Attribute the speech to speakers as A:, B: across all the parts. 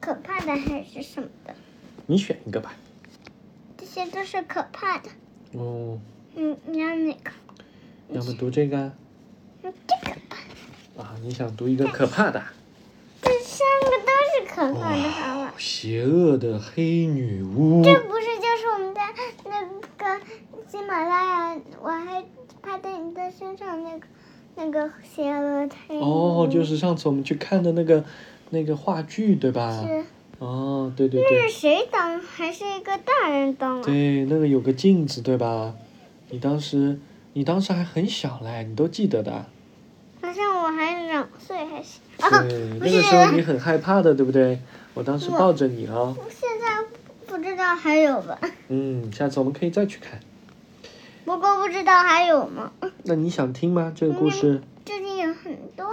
A: 可怕的还是什么的？
B: 你选一个吧。
A: 这些都是可怕的。
B: 哦，
A: 嗯，你要哪个？
B: 要么读这个
A: 嗯，这个吧。
B: 啊？你想读一个可怕的？啊
A: 这三个都是可怕的，好了
B: 哇，。邪恶的黑女巫。
A: 这不是就是我们在那个喜马拉雅，我还趴在你的身上那个那个邪恶的黑
B: 哦，
A: 奴
B: 就是上次我们去看的那个那个话剧，对吧？
A: 是
B: 哦，对对
A: 这
B: 对
A: 是谁当？还是一个大人当啊？
B: 对，那个有个镜子，对吧？你当时你当时还很小嘞，你都记得的。啊
A: 好像我还两岁还是啊？
B: 对，那个时候你很害怕的，对不对？我当时
A: 我
B: 抱着你啊、哦。
A: 我现在不知道还有吧？
B: 嗯，下次我们可以再去看。
A: 不过不知道还有吗？
B: 那你想听吗？这个故事？
A: 最近有很多，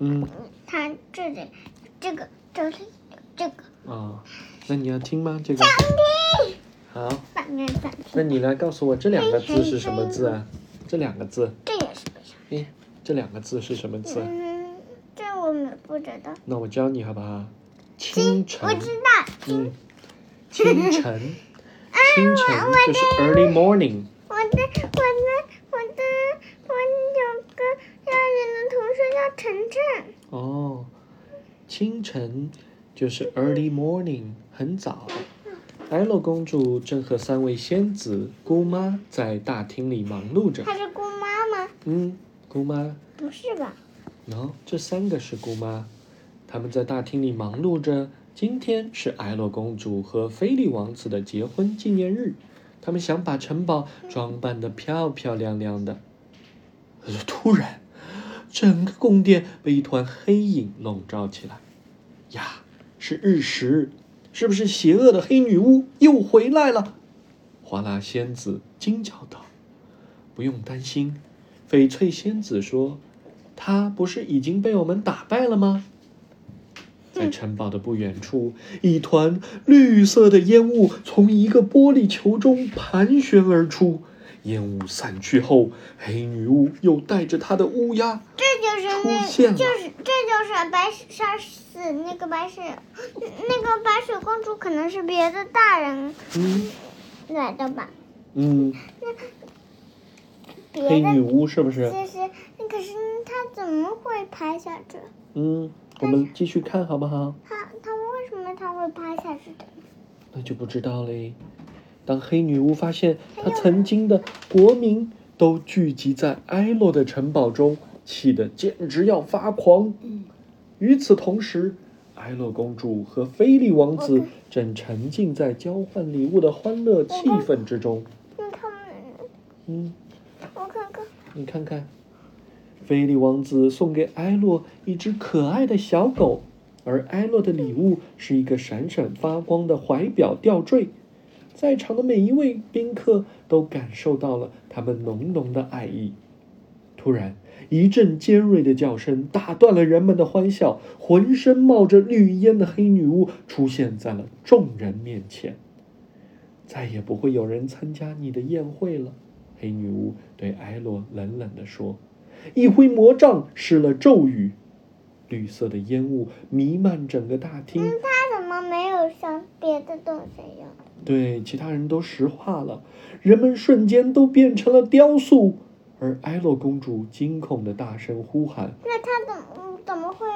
B: 嗯
A: 他这里这个这里这个
B: 啊、那你要听吗？这个
A: 上帝
B: 好，
A: 反面反
B: 那
A: 面，
B: 你来告诉我这两个字是什么字啊？这两个字，
A: 这也是不行。
B: 诶，这两个字是什么字啊？
A: 嗯，这我们不知道。
B: 那我教你好不好？清
A: 清，我
B: 晨，
A: 知道，清，
B: 嗯，清晨， 清晨
A: 啊
B: 就是 early morning。
A: 我的我的我的我有个幼儿园的同学叫晨晨，
B: 哦，清晨就是 early morning，很早。艾洛公主正和三位仙子、姑妈在大厅里忙碌着。
A: 她是姑妈吗？
B: 嗯，姑妈，
A: 不是吧？
B: 喏、这三个是姑妈，她们在大厅里忙碌着。今天是艾洛公主和菲利王子的结婚纪念日，他们想把城堡装扮得漂漂亮亮的。呃突然，整个宫殿被一团黑影笼罩起来。呀，是日食，是不是邪恶的黑女巫又回来了？花剌仙子惊叫道：“不用担心。”翡翠仙子说：“她不是已经被我们打败了吗？”在城堡的不远处，一团绿色的烟雾从一个玻璃球中盘旋而出。烟雾散去后，黑女巫又带着她的乌鸦
A: 这就是那，
B: 出现了
A: 就是这就是白雪杀死那个白雪，那个白雪公主可能是别的大人
B: 嗯
A: 来的吧？
B: 嗯，
A: 别
B: 黑女
A: 的
B: 巫是不是？
A: 就是，可是她怎么会爬下去？
B: 嗯，我们继续看好不好？
A: 她她为什么她会爬下去的？
B: 那就不知道嘞。当黑女巫发现她曾经的国民都聚集在埃洛的城堡中，气得简直要发狂。与此同时，埃洛公主和菲利王子正沉浸在交换礼物的欢乐气氛之中。
A: 那他们，
B: 嗯，
A: 我看看，
B: 你看看，菲利王子送给埃洛一只可爱的小狗，而埃洛的礼物是一个闪闪发光的怀表吊坠。在场的每一位宾客都感受到了他们浓浓的爱意。突然，一阵尖锐的叫声打断了人们的欢笑，浑身冒着绿烟的黑女巫出现在了众人面前。再也不会有人参加你的宴会了。黑女巫对埃洛冷冷地说，一挥魔杖施了咒语，绿色的烟雾弥漫整个大厅，
A: 她怎么没有像别的动物一样？
B: 对其他人都石化了，人们瞬间都变成了雕塑。而埃洛公主惊恐的大声呼喊
A: 那她怎么怎么会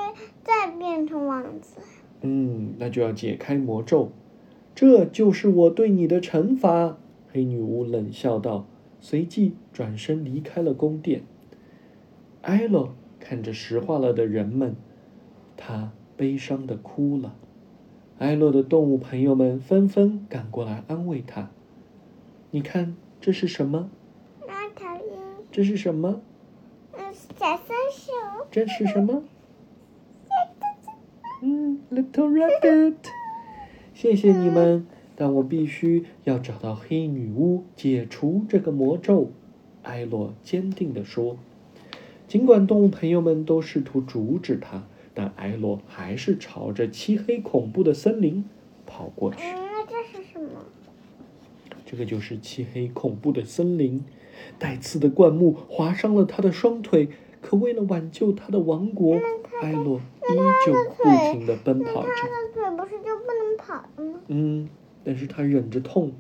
A: 再变成王子？：“
B: 嗯，那就要解开魔咒，这就是我对你的惩罚。”黑女巫冷笑道，随即转身离开了宫殿。埃洛看着石化了的人们，他悲伤的哭了。埃洛的动物朋友们纷纷赶过来安慰他。你看，这是什么？
A: 那她应
B: 这是什么？
A: 嗯小松鼠，
B: 这是什么？嗯，Little Rabbit，谢谢你们，但我必须要找到黑女巫，解除这个魔咒。艾洛坚定地说。尽管动物朋友们都试图阻止他，但艾洛还是朝着漆黑恐怖的森林跑过去。
A: 嗯，那这是什么？
B: 这个就是漆黑恐怖的森林。带刺的灌木划伤了他的双腿，可为了挽救他的王国，
A: 那他
B: 艾洛依旧不停地奔跑着。
A: 那腿不是就不能跑了吗？
B: 嗯，但是他忍着痛，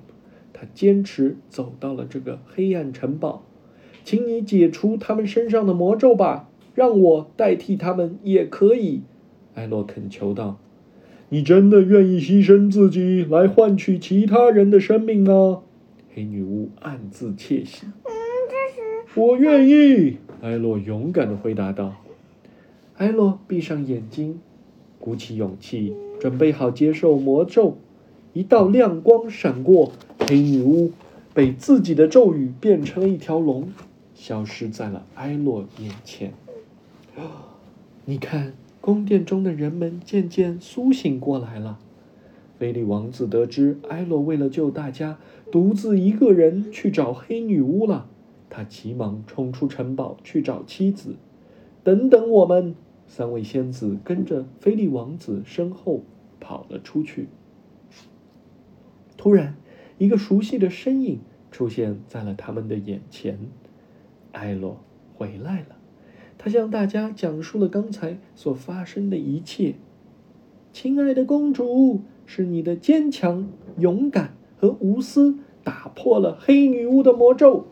B: 他坚持走到了这个黑暗城堡。请你解除他们身上的魔咒吧，让我代替他们也可以。艾洛恳求道：“你真的愿意牺牲自己来换取其他人的生命吗？”黑女巫暗自窃喜。
A: 嗯，这是
B: 我愿意。艾洛勇敢地回答道。艾洛闭上眼睛，鼓起勇气，准备好接受魔咒。一道亮光闪过，黑女巫被自己的咒语变成了一条龙，消失在了艾洛眼前。你看，宫殿中的人们渐渐苏醒过来了。菲利王子得知艾洛为了救大家，独自一个人去找黑女巫了。他急忙冲出城堡去找妻子。等等我们！三位仙子跟着菲利王子身后跑了出去。突然，一个熟悉的身影出现在了他们的眼前。艾洛回来了，他向大家讲述了刚才所发生的一切。亲爱的公主，是你的坚强、勇敢和无私打破了黑女巫的魔咒。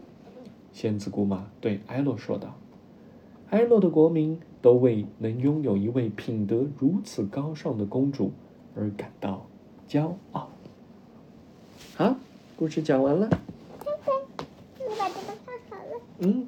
B: 仙子姑妈对艾洛说道：“埃洛的国民都为能拥有一位品德如此高尚的公主而感到骄傲。”好，故事讲完了。
A: 我把这个放好了。
B: 嗯，